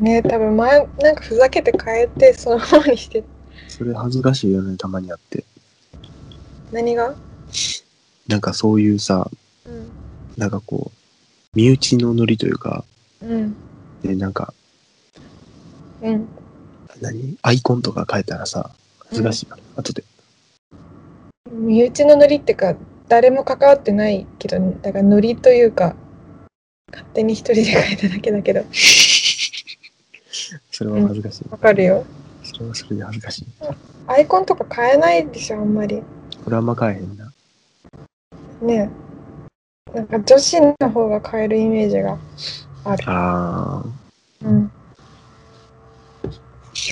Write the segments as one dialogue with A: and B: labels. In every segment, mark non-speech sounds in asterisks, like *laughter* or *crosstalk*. A: ね多分前なんかふざけて変えてそのままにして
B: それ恥ずかしいよね、たまにあって。
A: 何が
B: なんかそういうさ、
A: うん
B: なんかこう、身内のノリというか、
A: うん
B: ね、なんか、
A: うん
B: 何アイコンとか変えたらさ、恥ずかしいよね、後で。 *laughs*
A: 身内のノリってか誰も関わってないけど、ね、だからノリというか勝手に一人で変えただけだけど
B: それは恥ずかしい。
A: わかるよ
B: それはそれで恥ずかしい。
A: アイコンとか変えないでしょあんまり
B: これあんま変えへんな。
A: ねえなんか女子の方が変えるイメージがある
B: あー、
A: うん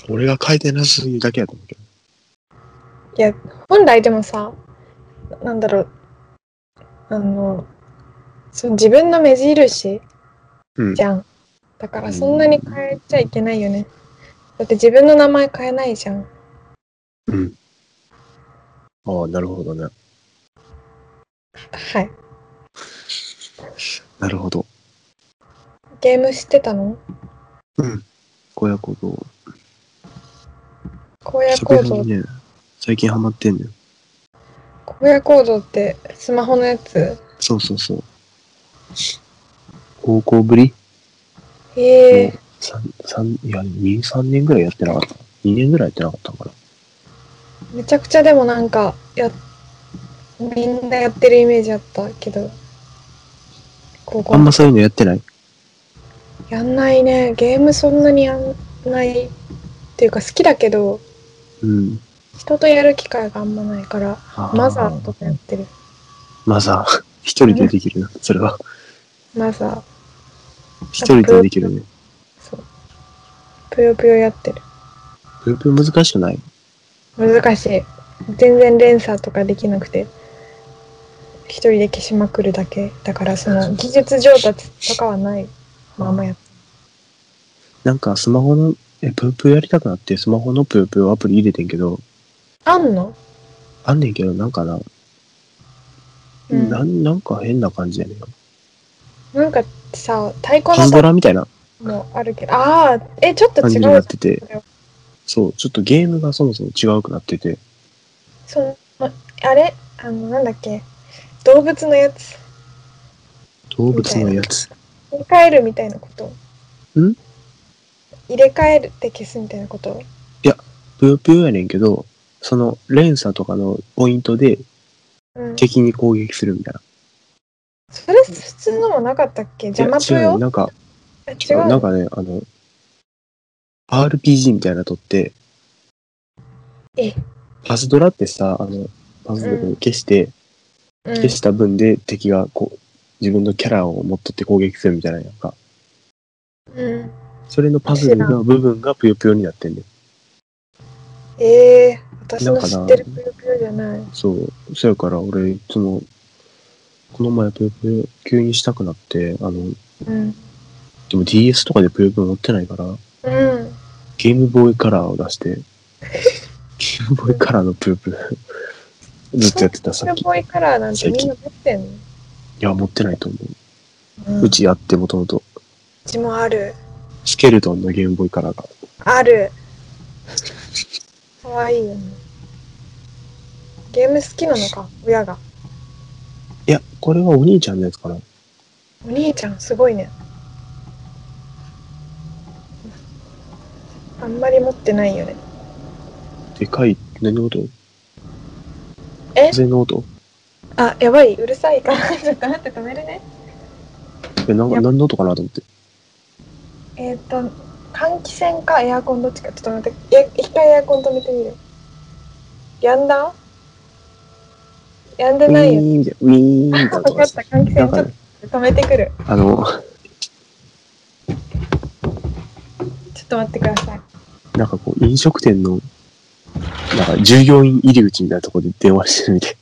B: 俺が変えてなすぎるだけやと思うけど。
A: いや本来でもさななんだろうあのその自分の目印
B: うん
A: じ。ゃんだからそんなに変えちゃいけないよねだって自分の名前変えないじゃん
B: うん。ああ、なるほどね。
A: はい
B: なるほど。
A: ゲーム知ってたの
B: うん。親子と。
A: 荒野
B: 喋
A: 行
B: る
A: 動
B: にね、最近ハマってんのよ。
A: 荒野行動ってスマホのやつ
B: そうそうそう。高校ぶり
A: ええ
B: 三三いや、2、3年ぐらいやってなかった。2年ぐらいやってなかったのかな。
A: めちゃくちゃでもなんかやみんなやってるイメージあったけど高校
B: あんまそういうのやってない
A: やんないねゲームそんなにやんないっていうか好きだけど
B: うん。
A: 人とやる機会があんまないから
B: あ
A: マザーとかやってる
B: マザー。 *laughs* 一人でできるな、そ
A: *laughs*
B: れは。
A: マザー
B: 一人でできるね。
A: そうぷよぷよやってる
B: ぷよぷよ難しくない
A: 難しい全然連鎖とかできなくて一人で消しまくるだけだからその技術上達とかはないままやっ
B: なんかスマホの、え、ぷよぷよやりたくなって、スマホのぷよぷよアプリ入れてんけど、
A: あんの
B: あんねんけど、なんかな、
A: うん
B: なんなんか変な感じやねん。
A: なんかさ太鼓
B: パ
A: の
B: ンド
A: 音
B: ラみたいな
A: もあるけどああえちょっと
B: 感
A: 違
B: じ
A: う
B: になってて
A: それは、
B: そう、ちょっとゲームがそもそも違うくなってて、
A: そのあれあのなんだっけ動物のやつ
B: 動物のやつ。
A: 入れ替えるみたいなこと
B: ん
A: 入れ替えるって消すみたいなこと
B: ぷよぷよやねんけど、その連鎖とかのポイントで
A: うん
B: 敵に攻撃するみたいな。
A: それ普通のもなかったっけ邪魔
B: い
A: ぷ
B: や違うね
A: よ
B: なんか、
A: え違う
B: なんかね、あの、RPG みたいなのとって、
A: え
B: パズドラってさ、あの、パズドラ
A: う
B: を
A: ん
B: 消して、
A: うん
B: 消した分で敵がこう、自分のキャラを持っとって攻撃するみたいなのやんか。
A: うん
B: それのパズルの部分がぷよぷよになってんねん。
A: ええ私
B: な
A: の
B: んかな
A: 知ってるぷよぷよじゃない。
B: そう。そやから俺、いつも、この前ぷよぷよ急にしたくなって、あの、
A: うん。
B: でも DS とかでぷよぷよ持ってないから、
A: うん。
B: ゲームボーイカラーを出して、ゲームボーイカラーのプー
A: *laughs*
B: プー、ずっとやってた、
A: ぷ
B: さ
A: よ
B: っき。い
A: ぷよカラーなんてみんな持ってんの、
B: や、持ってないと思う。
A: うん
B: うちあって、もともと、
A: うちもある。
B: スケルトンのゲームボーイカラーが。
A: ある。かわいいよね。ゲーム好きなのか、親が。
B: いや、これはお兄ちゃんのやつかな。
A: お兄ちゃんすごいね。あんまり持ってないよね。
B: でかい、何の音
A: え
B: 風の音
A: あ、やばい、うるさいから、 *laughs* ちょっと待って、止めるね。
B: え、なん
A: い
B: か、
A: や
B: 何の音かなと思って。
A: えっ、と、換気扇かエアコンどっちか、ちょっと待って、え一回エアコン止めてみる。やんだやんで
B: ウィ
A: ないよ。
B: ーンみたいな、ウィーンみたいな
A: 分
B: 音
A: か
B: が
A: っ、
B: した
A: *laughs* 換気
B: なん
A: 扇ち
B: か
A: ょっ
B: ね、
A: と止めてくる。
B: あの、
A: ちょっと待ってください。
B: なんかこう、飲食店の、なんか従業員入り口みたいなところで電話してる
A: *laughs*
B: みたい。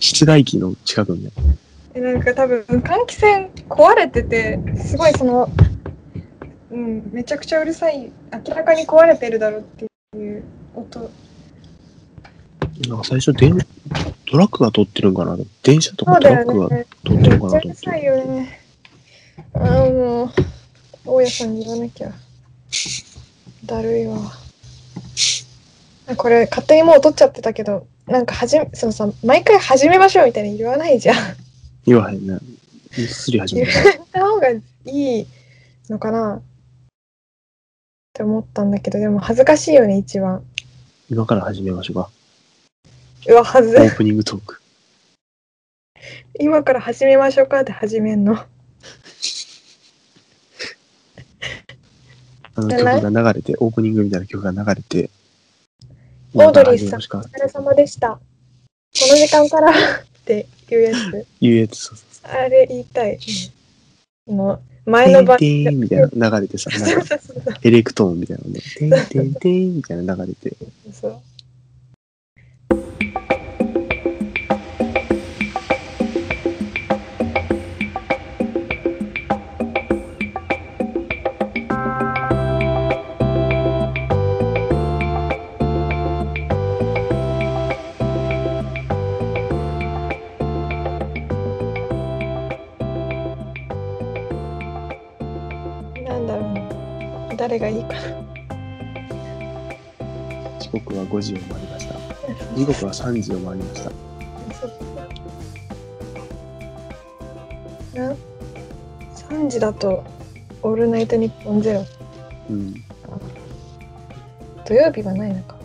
B: 室外機の近くにね。
A: えなんか多分、換気扇壊れてて、すごいその、うん、めちゃくちゃうるさい、明らかに壊れてるだろうっていう音。
B: なんか最初電、トラックが通ってるんかな電車と
A: そ
B: か
A: う
B: ト
A: だ
B: ラック
A: よ
B: が
A: ね。
B: 通っ
A: め
B: て
A: っ
B: る
A: ち
B: ん
A: ゃう
B: かなと思
A: る
B: っ
A: さい
B: て。
A: よね。あーもう、大家さんに言わなきゃ。だるいわ。あこれ、勝手にもう取っちゃってたけど、なんかはじめ、そのさ、毎回始めましょうみたいに言わないじゃん。
B: 言わへんな。すり始め
A: 言
B: た。
A: った方がいいのかなって思ったんだけど、でも恥ずかしいよね、一番。
B: 今から始めましょうか。
A: うわ、はず
B: オ。ープニングトーク。
A: 今から始めましょうかって始めんの。
B: あの
A: じゃ
B: 曲
A: ない
B: が流れて、オープニングみたいな曲が流れて、
A: オードリーさん
B: 今から始めましょうか
A: お疲れ様でした。この時間から *laughs* っていうやつ。
B: 言うやつ、そうそうそ
A: あれ言いたい。あの
B: う。
A: 前
B: て
A: の
B: ん
A: 番
B: てんみたいな流れて
A: *laughs*
B: さ、
A: そう
B: なんか
A: そうそう
B: エレクトーンみたいなので、てんてんてんみたいな流れて、
A: そう。なんだろうな誰がいいか
B: 時刻は5時を回りました。
A: な。
B: 時刻は3時を回りました。
A: な3時だと「オールナイトニッポンゼロ *laughs*
B: うん。
A: 土曜日がないのか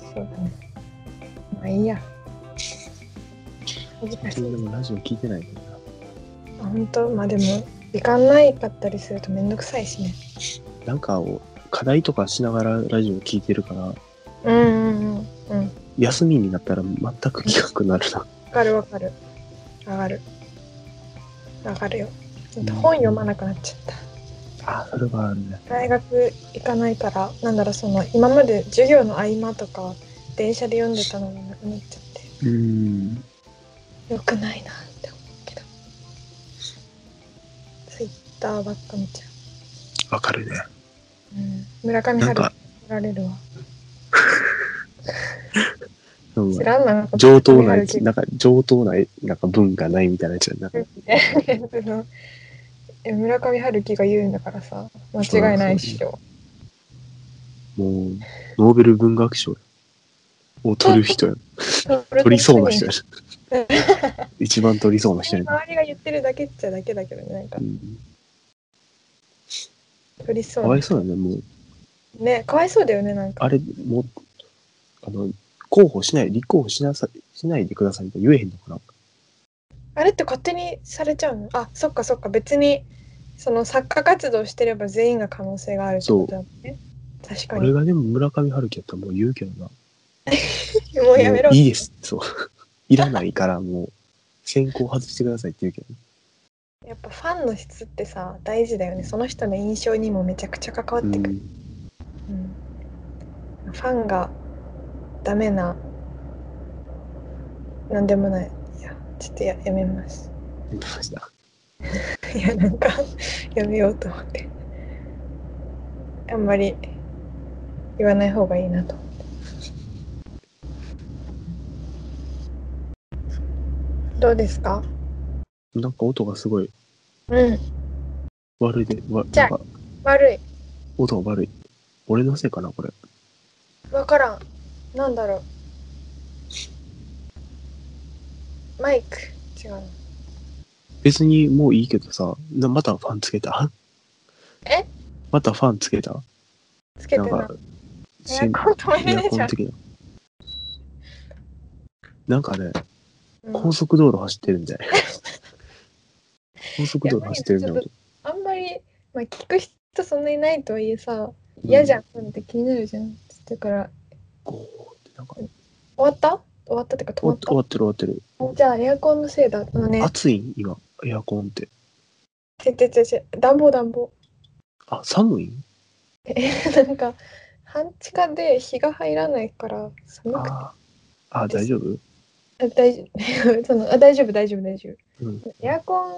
A: そうだねまあいいや難し
B: で
A: い
B: もラジオ聞いてないからな。
A: あ本当まあでも時間ないかったりするとめんどくさいしね
B: なんかを、課題とかしながらラジオ聞いてるから、
A: うんうんうんうん
B: 休みになったら全く聞かなくなるな。
A: わかるわかるわかるわかるよ本読まなくなっちゃった
B: あ、それはあるね。
A: 大学行かないからなんだろうその今まで授業の合間とか電車で読んでたのがなくなっちゃっ
B: うん。
A: てよくないなって思うけどツイッターばっか見ちゃ
B: わかるね。
A: う、うん、村上
B: なん
A: 春
B: か
A: 来、られるわ
B: うん
A: 知らんななんか
B: 上等な
A: 村
B: や
A: 上
B: つ、
A: 春
B: なんか上等な、なんか文化ないみたいなやつやんな。
A: 樹みたいなその *laughs* え村上春樹が言うんだからさ間違いないっしょ
B: もう、ノーベル文学賞やを取る人や *laughs* ん。取りそうな人やし。 *laughs* 一番取りそうな人やん。
A: 周りが言ってるだけっちゃだけだけどねなんか
B: うん
A: 取りそ
B: か
A: う
B: わ
A: ない
B: そうだね、もう。
A: ねかわいそうだよねなんか
B: あれ、もう、あの、候補しない、立候補しなさしないでくださいって言えへんのかな。
A: あれって勝手にされちゃうのあそっかそっか別にその作家活動してれば全員が可能性があるってことだもんね確か
B: 俺
A: に
B: がでも村上春樹やったらもう言うけどな。
A: もうやめろ
B: いいです。そう。 *laughs* いらないからもう、先行外してくださいって言うけど。
A: やっぱファンの質ってさ大事だよねその人の印象にもめちゃくちゃ関わってくる、うんファンがダメななんでもないいやちょっとややめます
B: うん。出ました。
A: いやなんか *laughs* やめようと思ってあんまり言わない方がいいなと思ってどうですか
B: なんか音がすごい
A: うん
B: 悪いで、わ
A: じゃあ
B: なんか
A: 悪い
B: 音が悪い。俺のせいかな、これ。
A: 分からんなんだろうマイク違うの
B: 別にもういいけどさ、なまたファンつけた
A: え
B: またファンつけた
A: つけて
B: なん
A: ない
B: か、
A: エ
B: せん
A: アコン止め
B: エ
A: る
B: ア
A: で
B: コ
A: しょ
B: ン的な。なんかね、
A: うん
B: 高速道路走ってる
A: *laughs*
B: みたい。高速道路走ってるみたいな音。
A: あんまり、まあ、聞く人そんなにないとはいえさ嫌じゃん、なんて気になるじゃんだから
B: ゴーってなんか、
A: 終わった終わったってか止
B: お
A: まっ
B: 終わってる終わってる。
A: たじゃあエアコンのせいだあのね
B: 暑いん今、エアコンって。
A: ちちちち暖房暖房 *laughs*
B: あ、寒いん
A: えなんか半地下で日が入らないから寒くて
B: あーあー、大丈夫
A: あ大丈夫 *laughs* そのあ大丈夫大丈夫大丈夫、
B: うん
A: エアコ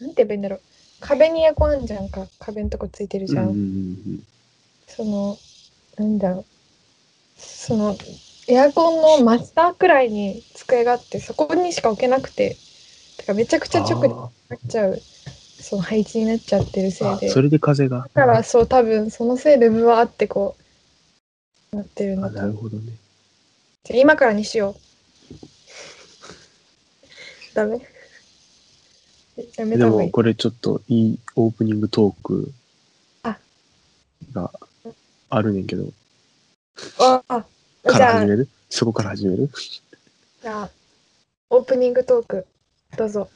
A: ンなんて言えばいいんだろう壁にエアコンあんじゃんか壁のとこついてる
B: うん
A: じ
B: う
A: ゃ
B: ん
A: ん、
B: うん
A: そのなんだろうそのエアコンの真下くらいに机があってそこにしか置けなくてだからめちゃくちゃ直に
B: あ
A: なっちゃうそう配置になっちゃってるせい
B: あ
A: で
B: それで風が。
A: だからそう多分そのせいでブワーってこうなってるんだ
B: あ
A: と
B: な
A: 思う
B: るほどね。
A: じゃあ今からにしようダメやめ
B: で
A: た方がい
B: も
A: い
B: これちょっといいオープニングトーク
A: あ
B: があるねんけど、
A: ああ
B: か
A: じ
B: ら
A: ゃ
B: 始
A: あ
B: めるそこから始める
A: じゃあオープニングトークどうぞ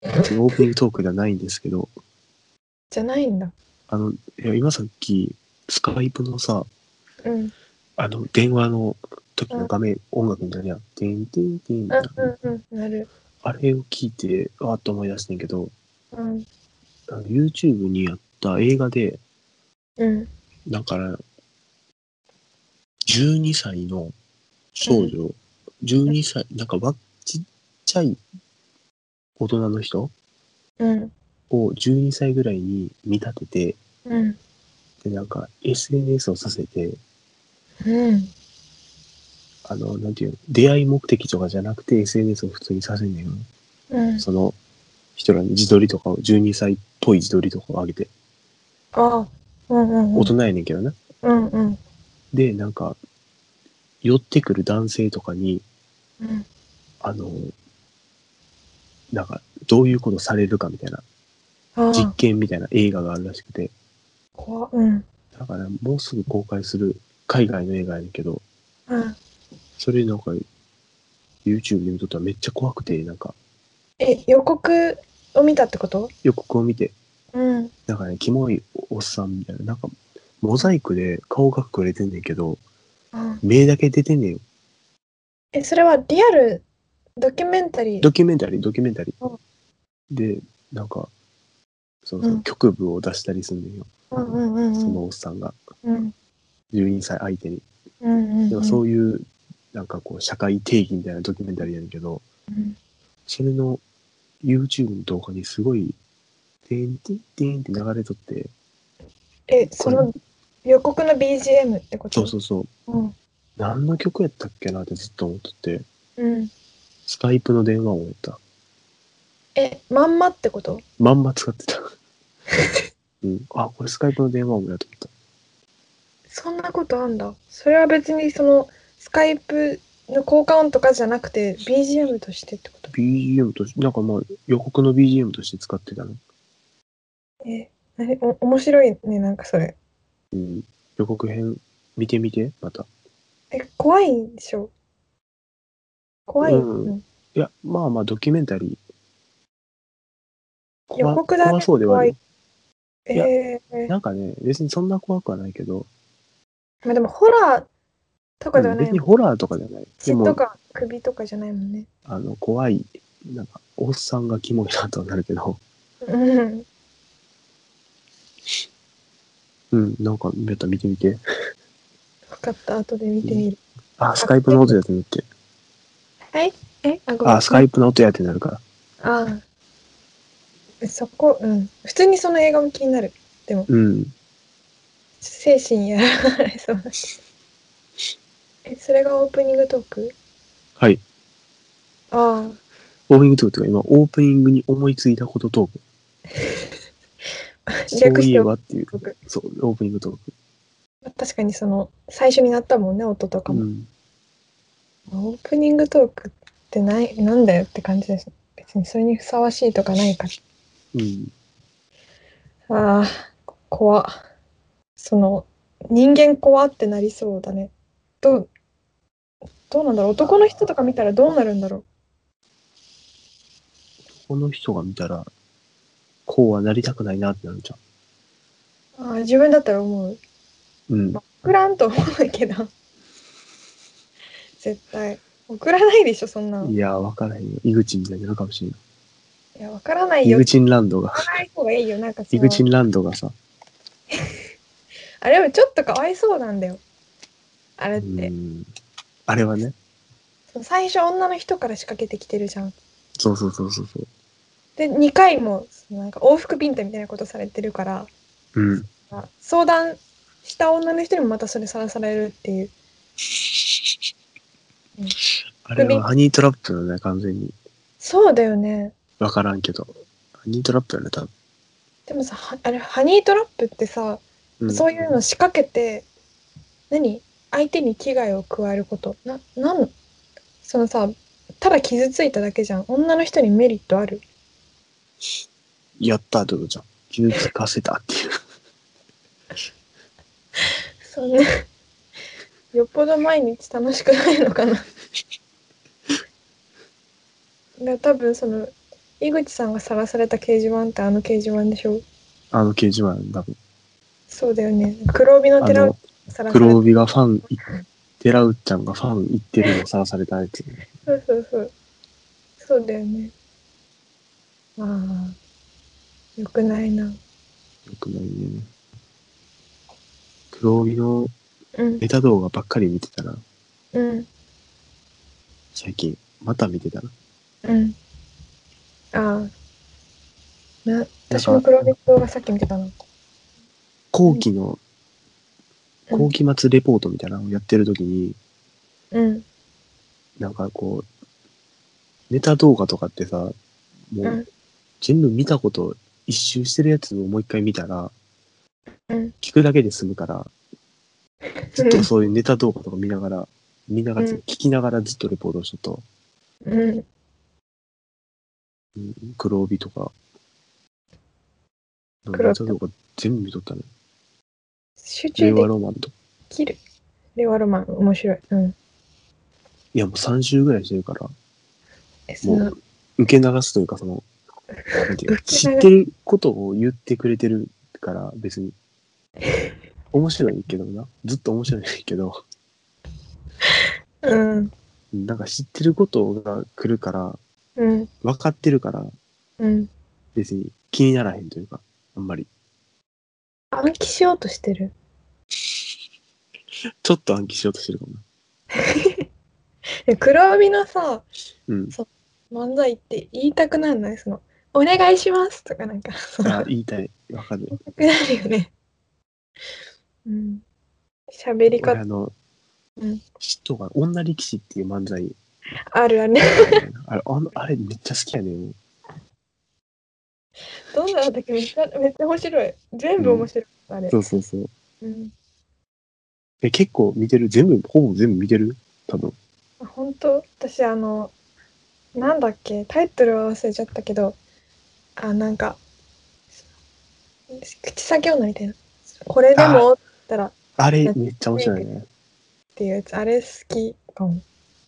B: 別にオープニングトークではないんですけど、
A: じゃないんだ
B: あの、いや今さっき、スカイプのさ、
A: うんうん
B: あの、電話の時の画面、音楽みたいなやん。てんてんてんみたいな。
A: うんうんなる
B: あれを聞いて、わーっと思い出してんけど、
A: うん
B: あの YouTube にやった映画で、
A: うん
B: だから、12歳の少女、12歳、なんかわ、ちっちゃい大人の人
A: うん
B: を12歳ぐらいに見立て
A: うん
B: て、で、なんか SNS をさせて、
A: うん
B: あの、なんていうの、出会い目的とかじゃなくて SNS を普通にさせんねんよ。
A: うん
B: その人らに自撮りとかを、12歳っぽい自撮りとかを上げて、
A: あうんうんうん
B: 大人やねんけどな。
A: うんうん
B: で、なんか、寄ってくる男性とかに、
A: うん
B: あの、なんか、どういうことされるかみたいな、
A: あ
B: 実験みたいな映画があるらしくて、
A: 怖っうん
B: だからもうすぐ公開する海外の映画やねんけど、
A: うん
B: それなんか、YouTube で見とったらめっちゃ怖くて、なんか、
A: え予告を見たってこと
B: 予告を見て、
A: うん
B: なんかね、キモいおっさんみたいな、なんか、モザイクで顔が隠れてんねんけど、
A: うん
B: 目だけ出てんねんよ。
A: えそれはリアルドキュメンタリー
B: ドキュメンタリー、ドキュメンタリ
A: う
B: ー。で、なんか、その
A: うん
B: その局部を出したりすんねんよ、
A: うんうんうん
B: そうの
A: ん
B: おっさんが、
A: うん
B: 12歳相手に。
A: うん
B: でも
A: ん
B: そうういう、なんかこう、社会定義みたいなドキュメンタリーやねんけど、
A: ん
B: それの YouTube の動画にすごい、てんてんてんって流れとって、
A: えその予告の BGM ってこと
B: そうそうそう、
A: うん
B: 何の曲やったっけなってずっと思っとって、
A: うん
B: スカイプの電話をやった。
A: えまんまってこと
B: まんま使っ
A: *laughs*
B: てた。うん、あ、これスカイプの電話音やと思った。
A: そんなことあんだそれは別にそのスカイプの効果音とかじゃなくて BGM としてってこと
B: BGM として、なんかまあ予告の BGM として使ってたの。
A: えあれお面白いねなんかそれ
B: うん、予告編見てみて、また。
A: え怖いんでしょ怖い、
B: うんいや、まあまあドキュメンタリー。怖
A: 予告だね
B: 怖そうではあるよいや
A: えー
B: なんかね、別にそんな怖くはないけど、
A: まあでもホラーとかではない
B: 別に
A: もん
B: ホラーとかじゃない。
A: 血
B: で
A: と
B: も、
A: か首とかじゃないもん
B: *laughs*
A: ね。
B: あの、怖い、なんか、おっさんがキモいなとはなるけど、 *laughs*
A: うん。
B: うん、なんか、また見てみて。
A: 分かった、後で見てみる。
B: あ、スカイプの音やってなって。
A: はいえあ、ごめん。
B: あ、スカイプの音やってなるから。
A: ああ。そこ、うん。普通にその映画も気になる。
B: うん。
A: 精神やら *laughs* れそうだしえ、それがオープニングトーク
B: はい。
A: あ
B: オープニングトークというか、今、オープニングに思いついたことトーク。
A: あ。
B: そういえば
A: オー
B: っていう、
A: プニングトーク
B: そう、オープニングトーク。
A: 確かにその、最初になったもんね、音とか
B: う
A: も。
B: ん。
A: オープニングトークってない、なんだよって感じです。別にそれにふさわしいとかないから。
B: うん。
A: ああ、こ怖っその、人間怖ってなりそうだね。どう、どうなんだろう。男の人とか見たらどうなるんだろ
B: この人が見たら、こうはなりたくないなってなるじゃ
A: う。ああ、自分だったら思う。
B: ん。うん。
A: 送らんと思うんだけど。 *laughs* 絶対。送らないでしょ、そんなん。
B: い
A: い
B: やー、わからへんよ。井口みたいになるかもしれない。
A: や、わからない
B: 井
A: よ。送
B: 口ランドが、
A: らない方がいいよ。なんかそ
B: 井
A: の、
B: 口ランドがさ、
A: あれもちょっとかわいそうなんだよ。あれっ
B: う
A: て。
B: ん。あれはね、
A: その最初女の人から仕掛けてきてるじゃん。
B: そうそうそうそうそう。
A: で、2回も、そのなんか往復ビンタみたいなことされてるから。
B: うん。
A: 相談した女の人にもまたそれさらされるっていう
B: あれはハニートラップだね、完全に。
A: そうだよね
B: わからんけど。ハニートラップやね、多分。
A: でもさはあれハニートラップってさ、
B: うん、
A: そういうの仕掛けて何相手に危害を加えることななんそのさただ傷ついただけじゃん女の人にメリットある
B: やったってことじゃん。傷つかせたっていう。
A: そんな *laughs* よっぽど毎日楽しくないの *laughs* かなだから多分その井口さんが探された掲示板ってあの掲示板でしょ
B: あの掲示板、多分。
A: そうだよね黒帯の
B: あ
A: 寺
B: の
A: を、探され
B: 黒
A: た
B: 帯がファンい、寺内ちゃんがファン行ってるのを探されたやつ。
A: そうそうそうそうだよねまあよくないな
B: よくないね。黒帯の
A: うん
B: ネタ動画ばっかり見てたら、
A: うん
B: 最近、また見てたら。
A: うんああな私
B: な
A: も
B: んか
A: 黒帯の動画さっき見てたの
B: 後期の、
A: うん
B: 後期末レポートみたいなのをやってる時に、
A: うん
B: なんかこう、ネタ動画とかってさ、も
A: う
B: うん全部見たこと、一周してるやつをもう一回見たら、
A: うん
B: 聞くだけで済むから、ずっとそういうネタ動画とか見ながら、見ながら、
A: うん
B: 聞きながらずっとレポートしとったわ
A: うん
B: 黒帯とか。
A: 黒
B: ネ
A: 帯
B: タ動画全部見とったね。
A: 集
B: 令
A: 中で
B: 和ロマンとか。
A: きる令和ロマン面白いうん
B: いやもう3週ぐらいしてるから、
A: えそ
B: も
A: の
B: う受け流すというか、その、なんていう
A: 受け流
B: か
A: す
B: 知ってることを言ってくれてるから、別に。面白いけどな。ずっと面白いけど。
A: うん
B: なんか知ってることが来るから、
A: うん
B: 分かってるから、
A: うん
B: 別に気にならへんというか、あんまり。
A: 暗記しようとしてる
B: ちょっと暗記しようとしてるかもな。
A: え黒帯のさ
B: うん。
A: 漫才って言いたくなんないその「お願いします」とかなんかその
B: あ、言いたい。わかる。
A: 言いたくなるよねうん喋り
B: 俺
A: 方
B: あの、
A: うん
B: 嫉妬が、女力士っていう漫才。
A: あるあるね
B: あれ、あのあれめっちゃ好きやねん。
A: どんなのだっけめっちゃめっちゃ面白い全部面白い、あれ
B: そうそうそう。
A: うん
B: え、結構見てる全部、ほぼ全部見てる多分。
A: あ本当私あのなんだっけタイトルは忘れちゃったけどあなんか口先女みたいなこれでもったらっ
B: あれ、めっちゃ面白いね。
A: ていうやつあれ好きかも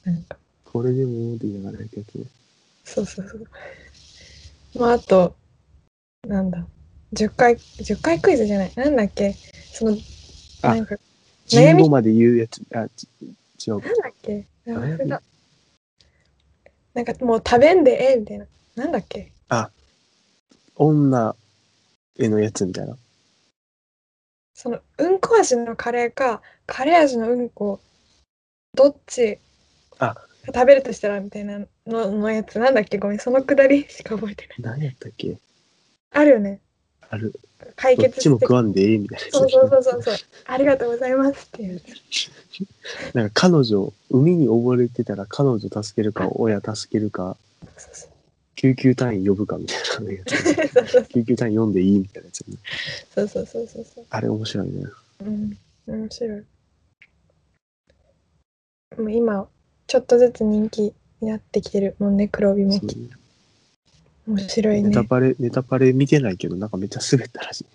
A: なんか
B: これでも、って言いながらやるやつね。
A: そうそうそうまああとなんだ10回10回クイズじゃないなんだっけその
B: あ
A: なんか悩み
B: 15まで言うやつ、あ、ち違う。
A: なんだっけ
B: 悩み
A: なんかもう食べんでええみたいななんだっけ
B: 女へのやつみたいな。
A: そのうんこ味のカレーかカレー味のうんこどっち
B: あ
A: 食べるとしたらみたいなののやつなんだっけごめんそのくだりしか覚えてない
B: 何やったっけ
A: あるよね
B: ある。
A: 解
B: どっ
A: 決
B: ちも
A: して
B: 食わんでええみたいなやつ。
A: そうそうそうそうそうありがとうございますっていうやつ
B: なんか彼女、海に溺れてたら彼女助けるか、親助けるか、
A: そうそう
B: 救急隊員呼ぶかみたいなやつ。
A: *laughs* そうそう
B: 救急隊員呼んでいいみたいなやつ、ね。
A: そうそうそうそうそう
B: あれ面白いね。
A: うん面白いもう今ちょっとずつ人気になってきてるもんね黒帯も
B: そうね
A: 面白い
B: ネタ
A: ね
B: パレ、ネタパレ見てないけど、なんかめっちゃ滑ったらしい。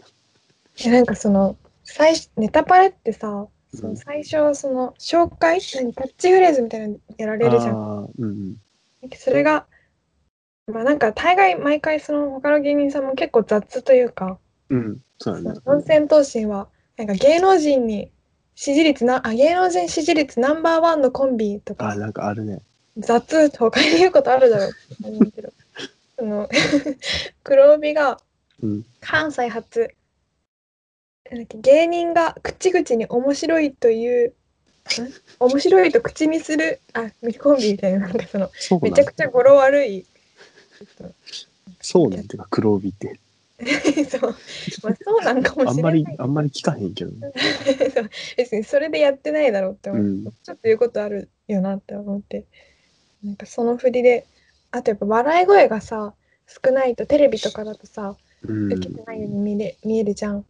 A: いやなんかその最初ネタパレってさそ
B: うん
A: の最初その紹介何キャッチフレーズみたいなのやられるじゃん
B: ああ、うんうん。
A: それがまあなんか大概毎回その他の芸人さんも結構雑というか
B: うん、そうだね。
A: 四千頭身はなんか芸能人に支持率なあ芸能人支持率ナンバーワンのコンビと
B: あ
A: か
B: ーなんかあるね。
A: 雑と他に言うことあるだろうって思うけど *laughs* その黒帯が
B: うん。
A: 関西発なんだっけ芸人が口々に面白いというん面白いと口にするあコンビみたいななんかその
B: そうな
A: め
B: ん
A: ちゃくちゃ語呂悪い
B: そうなんていうか、黒帯って。
A: *laughs* そう、まあ、そうなんかも
B: あん
A: しれ
B: ま
A: ない
B: り、あんまり聞かへんけどね。
A: そう *laughs* 別にそれでやってないだろうって
B: う
A: 思う、
B: ん。
A: ちょっと言うことあるよなって思ってなんかその振りであとやっぱ笑い声がさ少ないとテレビとかだとさ
B: うん
A: 受けてないように見れ見えるじゃん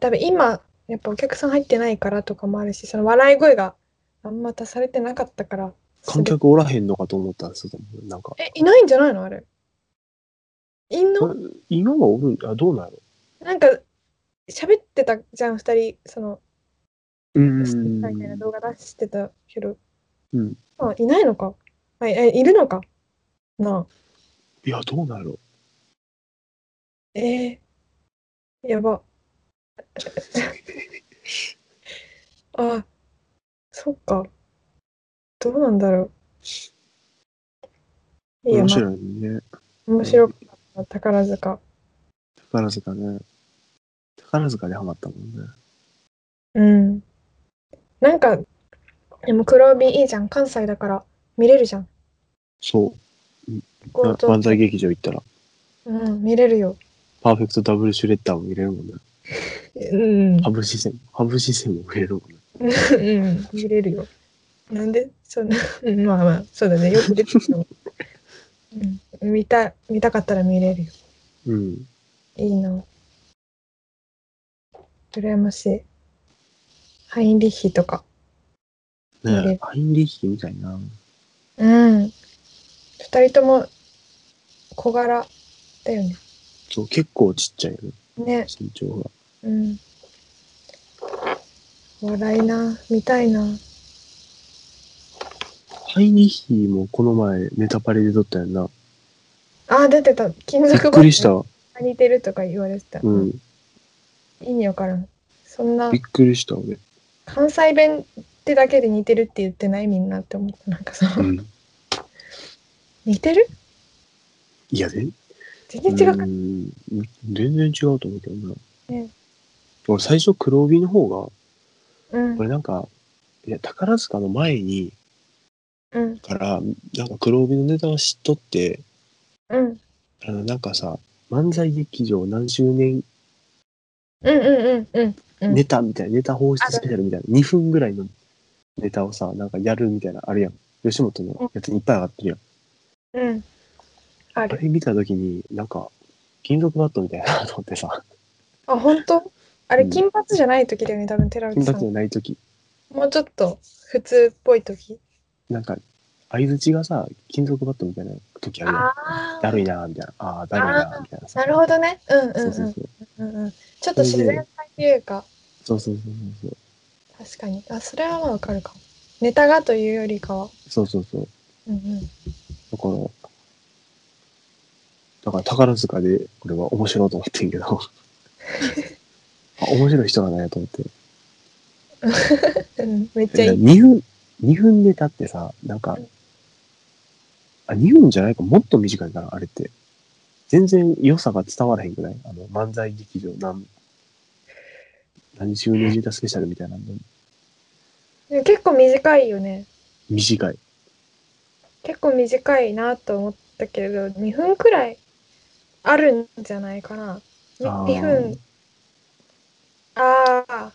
A: 多分今やっぱお客さん入ってないからとかもあるしその笑い声があんま足されてなかったから
B: 観客おらへんのかと思ったんですよ、なんか。
A: えいないんじゃないのあれいんの
B: 今はおるん、あ、どうなの
A: なんか喋ってたじゃん二人その
B: う
A: み
B: ん。
A: たいな動画出してたけど、
B: うん
A: あいないのかあいえいるのかなあ
B: いや、どうなの
A: えー、やば *laughs* あそっかどうなんだろういやま
B: 面
A: あ
B: 白いね。
A: 面白かった宝塚
B: 宝塚ね。宝塚でハマったもんね。
A: うんなんかでも黒帯いいじゃん関西だから見れるじゃん
B: そう。
A: 強
B: な
A: 盗
B: 漫才劇場行ったら、
A: うん、見れるよ。
B: パーフェクトダブルシュレッダーも見れるもんね。
A: うん、
B: ハブ視線、ハブ視線も見れるもんね。
A: うん、見れるよ。なんで、そんな、うんまあまあ、そうだね、よく出てるよ。うん、見た、見たかったら見れるよ。
B: うん。
A: いいな。羨ましい。ハインリッヒとか。見れ
B: ね
A: る
B: え、ハインリッヒみたいな。
A: うん。二人とも小柄だよね。
B: そう、結構ちっちゃいよね、
A: ね、
B: 身長が。
A: うん。笑いな、見たいな。
B: ハインリッヒもこの前ネタパレで撮ったやんな。
A: あ、出てた。金
B: びっ
A: 属バッ
B: く
A: ト
B: りした。
A: 似てるとか言われてた。
B: うん。
A: 意味わからん。そんな
B: びっくりした、俺。
A: 関西弁ってだけで似てるって言ってないみんなって思った。なんかさ、
B: うん。
A: 似てる
B: いや、全
A: 全然違うか
B: う
A: ら。
B: ん全然違うと思うけどな。
A: うん
B: 俺最初黒帯の方
A: うん
B: が、俺なんか、いや、宝塚の前に、
A: うん
B: から、なんか黒帯のネタは知っとって、
A: うん
B: あの、なんかさ、漫才劇場何周年
A: うんうんうんうんうん
B: ネタみたいな、ネタ放出スペシャルみたいな、2分ぐらいのネタをさ、なんかやるみたいな、あるやん。吉本のやつにいっぱい上がってるやん。
A: うんあ
B: あ
A: る
B: れ見たときに、なんか、金属バットみたいななと思ってさ、
A: あ本当あ
B: う
A: れ
B: ん
A: 金髪じゃない時だよね多分寺内
B: 金
A: さ
B: 髪じ
A: ん
B: ゃないとき、
A: もうちょっと普通っぽい時
B: なんか、相づちがさ、金属バットみたいなときあるやん。
A: あ
B: だるい
A: な
B: なーみたいな。ああ、だるいなーみたいなさ。
A: なるほどねうんう
B: そ
A: ん
B: うそうそう。
A: うんうんうんちょっと自然さというか
B: そうそうそうそう。
A: 確かにあそれはまあわかるかもネタがというよりかは
B: そうそうそう。
A: うんうん
B: だから、だから宝塚でこれは面白いと思ってんけど、 *laughs* あ面白い人がないと思って。
A: うんめっちゃいい。
B: 2分、二分ネタってさ、なんか、あ、2分じゃないか、もっと短いかな、あれって。全然良さが伝わらへんくないあの、漫才劇場何、何周年ネタスペシャルみたいなの
A: でも結構短いよね。
B: 短い。
A: 結構短いなと思ったけど、2分くらいあるんじゃないかな。に
B: あー
A: 2分。ああ、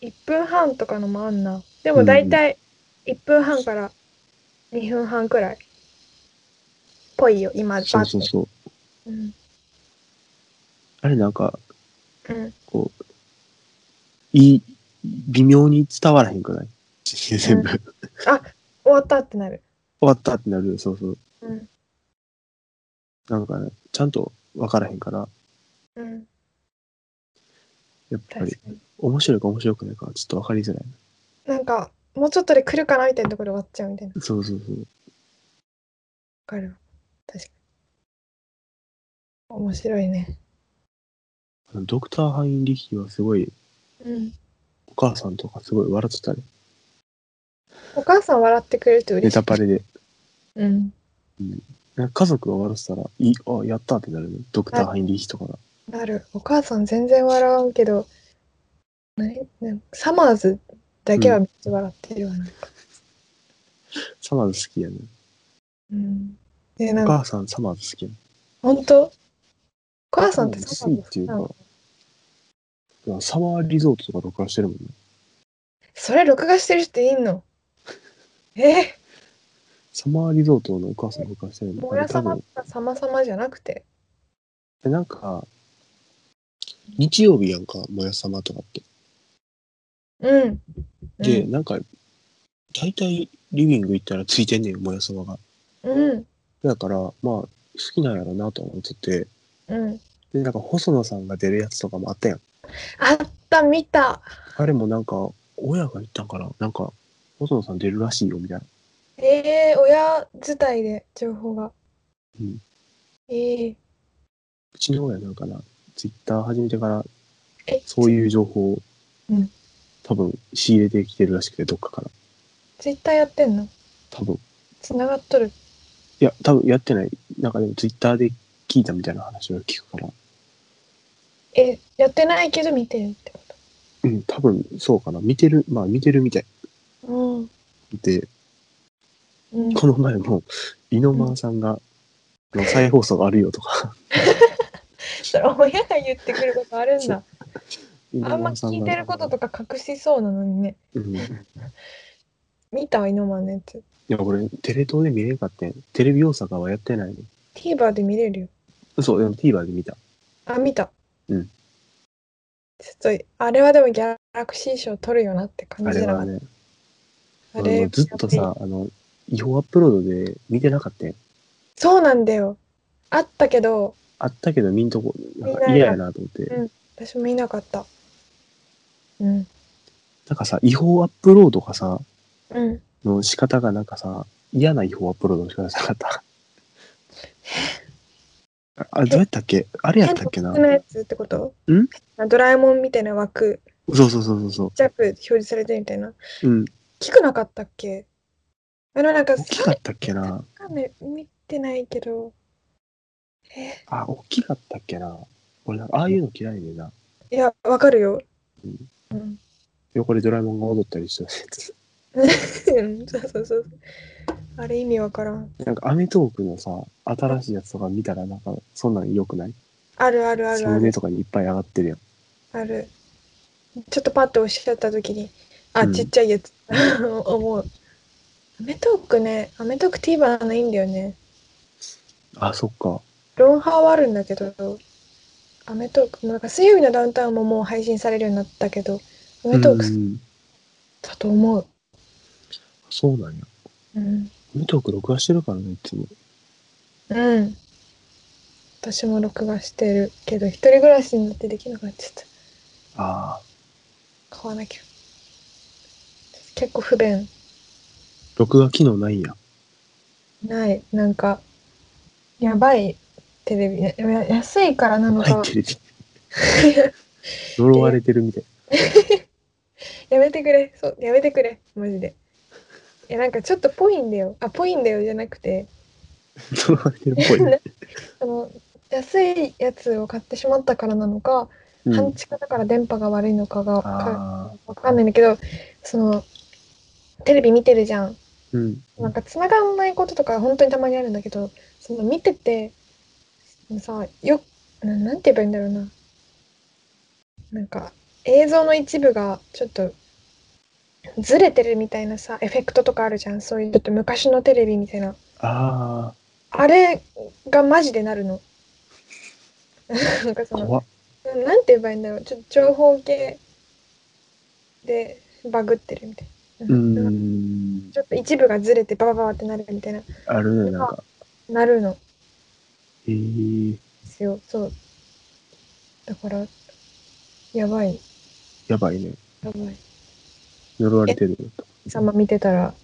A: 1分半とかのもあんな。でも大体1分半から2分半くらい。ぽいよ、今、
B: そ
A: バ
B: う
A: ッ
B: そう
A: て。
B: そう。
A: うん。
B: あれなんか、
A: うん。
B: こう、いい、微妙に伝わらへんくない全部、終
A: 終わったってなる。
B: わったってなる、そうそう。
A: うん。
B: なんかね、ちゃんと分からへんから、
A: うん。
B: やっぱ
A: 確
B: り、
A: かに。
B: 面白いか面白くないかはちょっと分かりづらい。
A: なんか、もうちょっとで来るかなみたいなところで終わっちゃうみたいな。わ
B: そうそうそう。
A: かるわ。確かに。面白いね。
B: あのドクター・ハインリッヒはすごい、
A: うん、
B: お母さんとかすごい笑ってたね。
A: お母さん笑ってくれると嬉
B: ネ
A: しい
B: タ。パレで。
A: うん、
B: なんか家族が笑ってたら、いい、あ、やったってなるね。ドクター・ハインリッヒとかが。
A: なる。お母さん全然笑わんけど、何なんサマーズだけはめっちゃ笑ってるわ、ね
B: サマーズ好きやね。
A: うん。で、な
B: お
A: んか、
B: 母さん、サマーズ好きやね。
A: 本当お母
B: 母
A: さんってサマーズ好きなの
B: いうか、サマーリゾートとか録画してるもんね。
A: それ録画してる人いんの *laughs* え
B: サマーリゾートのお母さんのお母さんやね
A: ー、もや
B: あれ多
A: さま
B: 分
A: とかさまさまじゃなくて。
B: でなんか、日曜日やんか、もやさまとかって。
A: うん。
B: で、なんか、大体リビング行ったらついてんねん、もやさまが。
A: うん。
B: だから、まあ、好きなんやろなと思ってて、
A: うん。
B: で、なんか細野さんが出るやつとかもあったやん。
A: あった、見た。
B: あれもなんか、親が言ったんかななんか、細野さん出るらしいよ、みたいな。
A: ええ親伝いで情報が。
B: うん
A: ええ
B: うちの親なんかな、ツイッター始めてから、
A: え、
B: そういう情報を、
A: うん
B: 多分仕入れてきてるらしくて、どっかから。
A: ツイッターやってんの
B: 多分
A: つながっとる。
B: いや、多分やってない。なんかでもツイッターで聞いたみたいな話を聞くから。
A: え、やってないけど見てるってこ
B: うん、多分そうかな。見てる、まあ見てるみたい。
A: と。うん。
B: で、
A: うん、
B: この前も、イノマンさんが、あの再放送があるよとか、
A: それ *laughs* 親が言ってくることあるんだ。
B: イ
A: あ
B: ノ
A: んま
B: マンさん
A: 聞
B: が
A: いてることとか隠しそうなのにね。
B: うん。い
A: 見たイノマンのやつ。
B: や、俺、テレ東で見れんかってん。テレビ大阪はやってないね。
A: TVer で見れるよ。
B: そう、でも TVer で見た。
A: あ、見た。
B: うん
A: ちょっと、あれはでもギャラクシー賞取るよなって感
B: あ
A: じ
B: れ
A: だ
B: は
A: な。
B: ね、
A: あ
B: あ
A: れ
B: のずっと。さ、あの、違法アップロードで見てなかったん。
A: そうなんだよ。あったけど、
B: あったけど、見んとこ、なん
A: 見
B: か
A: ない
B: 嫌やなと思って。
A: うん私も見なかった。うん。
B: なんかさ、違法アップロードがさ、
A: うん。
B: の仕方がなんかさ、嫌な違法アップロードの仕方じゃなかった。ああ、どうやったっけあれやったっけな
A: 変なやつってこと
B: ん
A: ドラえもんみたいな枠、
B: そうそうそうそうそ
A: ジャップ表示されてるみたいな。
B: う。うん。
A: 聞くなかったっけあの、なんか、
B: 大きかったっけな
A: わかんない見てないけど。え
B: あ、大きかったっけな俺なんか、ああいうの嫌いでな。
A: いや、わかるよ
B: うん。
A: うん。
B: 横でドラえもんが踊ったりしてるやつ。
A: うんそうそうそう。あれ意味わからん。
B: なんか、アメトークのさ、新しいやつとか見たらなんか、そんなん良くない
A: あるあるある
B: そう
A: あ
B: ね
A: る。
B: とかにいっぱい上がってるやん。
A: ある。ちょっとパッとおっしゃった時に、あ、
B: うん
A: ちっちゃいやつ。 *laughs* 思う。アメトークね、アメトーク TVer ないんだよね。
B: あ、そっか。
A: ロンハーはあるんだけど、アメトーク、なんか水曜日のダウンタウンももう配信されるようになったけど、アメトー
B: う
A: ク
B: ん
A: だと思う。
B: そうなんや。
A: うん。
B: アメトーク録画してるからね、いつも。
A: うん。私も録画してるけど、一人暮らしになってできなくなっちゃっ
B: ああ、
A: た。買わなきゃ。結構不便。
B: 録画機能ないんや。
A: ない。なんか、やばいテレビ。やや安いからなの
B: 入
A: か
B: っ、てる。
A: *laughs*
B: 呪われてるみたい。
A: やめてくれ。そう、やめてくれ。マジで。いや、なんかちょっとぽいんだよ。あ、ぽいんだよじゃなくて、
B: 呪われてるっぽ
A: *laughs*
B: い。
A: あの、安いやつを買ってしまったからなのか、
B: う
A: 半
B: ん、
A: 地下だから電波が悪いのかがか
B: ああ、
A: わかんないんだけど、その、テレビ見てるじゃん。
B: うん。
A: なんか繋がんないこととか本当にたまにあるんだけど、その見てて、そのさ、よ、ななんて言えばいいんだろうな。なんか映像の一部がちょっとずれてるみたいなさ、エフェクトとかあるじゃん。そういうちょっと昔のテレビみたいな。
B: ああ、
A: あれがマジでなるの。 *laughs* なんかその、
B: 怖っ。
A: なんて言えばいいんだろう。ちょっと長方形でバグってるみたいな。
B: うー
A: なんか
B: ん。
A: ちょっと一部がずれてババババってなるみたいな、
B: あるね、なんか。
A: なるの。
B: ええ
A: ですよ。そう。だから、やばい、
B: やばいね。
A: やばい。
B: 呪われてる。
A: さま見てたら、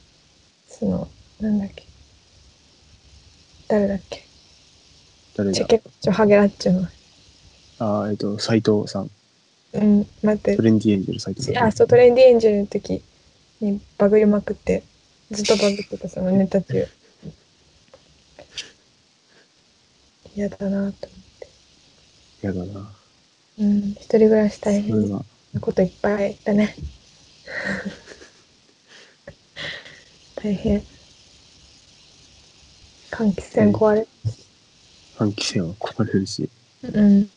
A: その、なんだっけ。誰だっけ。
B: 誰
A: チェ
B: だ
A: ケッチョハゲラッチョの。
B: ああ、えっと、斎藤さん。
A: うん、待って
B: ト。レンディエンジェル斎藤
A: ち
B: さん
A: あ、。そう、トレンディエンジェルの時にバグりまくって、ずっとバグってた、そのネタ中。嫌だなと。
B: やだな。
A: うん、一人暮らし大
B: それ
A: 変
B: は。
A: なこといっぱいだ *laughs* ね。大変。換気扇壊れ。
B: 換気扇は壊れるし。
A: うん。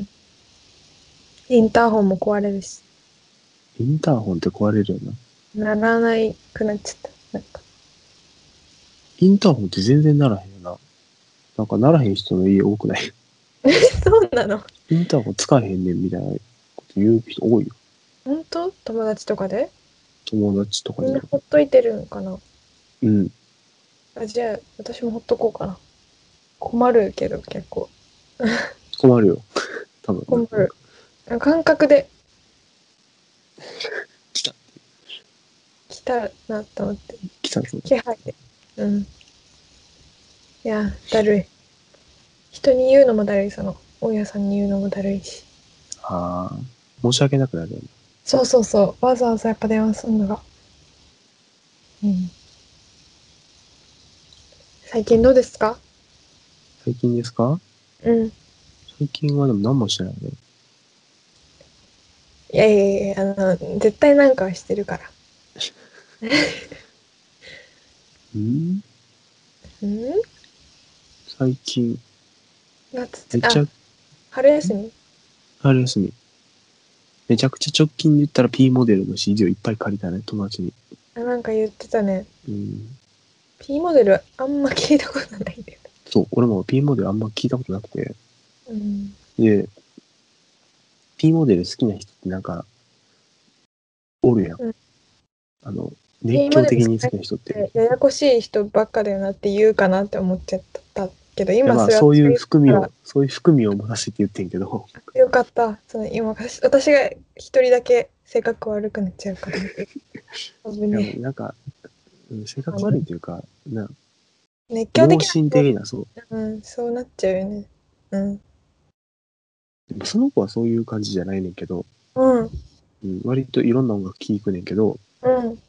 A: インターホンも壊れるし、
B: インターホンって壊れるよな。
A: ならないくなっちゃった。なんか、 *laughs*
B: インターホンって全然ならへんよな。なんかならへん人の家多くない。
A: そうなの
B: インターホン使えへんねんみたいなこと言う人多いよ。
A: 本当友達とかで
B: 友達とか
A: みん
B: で
A: な。ほっといてるのかな
B: うん。
A: あじゃあ私もほっとこうかな困るけど結構
B: 困るよ。多分。
A: 困る。感覚で
B: 来た。
A: 来たなと思って
B: 来たぞ。
A: 気配でうんいやだるい人に言うのもだるいその大家さんに言うのもだるいし
B: ああ。申し訳なくなるよね。
A: そうそうそうわざわざやっぱ電話すんのがうん最近どうですか
B: 最近ですか
A: うん
B: 最近はでも何もしてないね。
A: いやいやいや、あの、絶対なんかはしてるから。
B: うん
A: うん
B: 最近、
A: 夏
B: めちゃ
A: あ、春休み
B: 春休み。めちゃくちゃ直近で言ったら P モデルの CD をいっぱい借りたね、友達に。
A: あなんか言ってたね。
B: うん。
A: P モデルあんま聞いたことないんだよね。
B: そう、俺も P モデルあんま聞いたことなくて。
A: うん。
B: で、P モデル好きな人ってなんか、おるやん。
A: うん
B: あの、熱狂的に好きな人って。
A: でややこしい人ばっかだよなって言うかなって思っちゃったけど、今
B: ま
A: そ
B: あ、
A: れは
B: そういう含み
A: それ
B: を、そういう含みを持たせて言ってんけど、
A: よかった。その今私、私が一人だけ性格悪くなっちゃう
B: *laughs*
A: から。危
B: いや
A: ね
B: なんか、うん性格悪いというか、な
A: え熱狂
B: 良
A: 的な
B: 心的な、そう。
A: うん、そうなっちゃうよね。うん。
B: でもその子はそういう感じじゃないねんけど、
A: うん。
B: うん、割といろんな音楽聴くねんけど、
A: うん。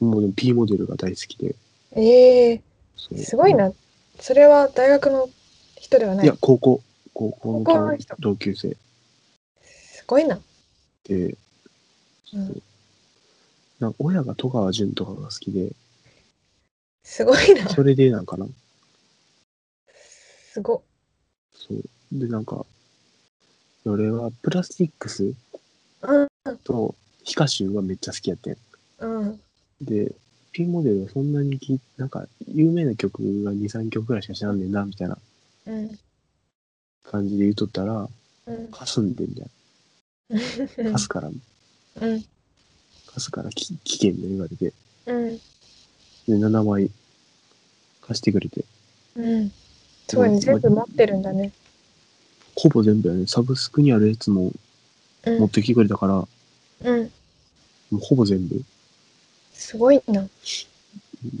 B: もうでも P モデルが大好きで。
A: ええ
B: そう
A: すごい。な。それは大学の人ではないい
B: や。、高校、高校
A: 高校の
B: の
A: 人
B: 同級生
A: すごいな。
B: で、
A: うん、
B: なんか親が戸川淳とかが好きで、
A: すごいな。
B: それでなんかな、
A: すご。
B: そう。で、なんか、俺はプラスティックス
A: うん。
B: とヒカシュンはめっちゃ好きやってん。
A: うん。
B: で、P モデルはそんなにき、なんか、有名な曲が2、3曲ぐらいしか知らんねんな、みたいな
A: うん。
B: 感じで言うとったら、
A: うん。
B: かすんで、みたいな。かすから、か
A: うん。
B: すからき聞け、みたいな言われて。で、
A: うん。
B: 7枚貸してくれて。
A: うん。すごいね。全部持ってるんだね。
B: ほぼ全部やね。サブスクにあるやつも
A: う
B: 持
A: ん。
B: ってきてくれたから、も
A: うん。
B: うほぼ全部。
A: すごいな。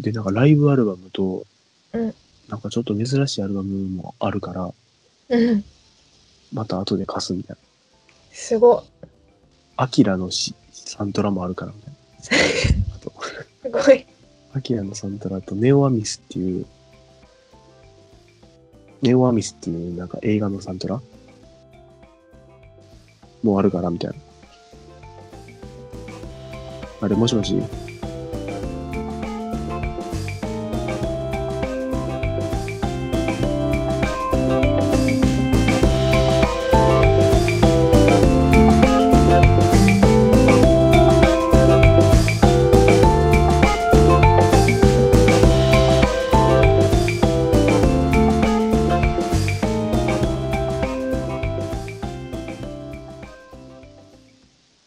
B: で、なんかライブアルバムと、
A: うん
B: なんかちょっと珍しいアルバムもあるから、
A: うん。
B: また後で貸すみたいな。
A: すご。
B: アキラのしサントラもあるからみた
A: *laughs*
B: いな。あと、
A: すごい。
B: アキラのサントラとネオアミスっていう、ネオアミスっていうなんか映画のサントラもうあるからみたいな。あれ、もしもし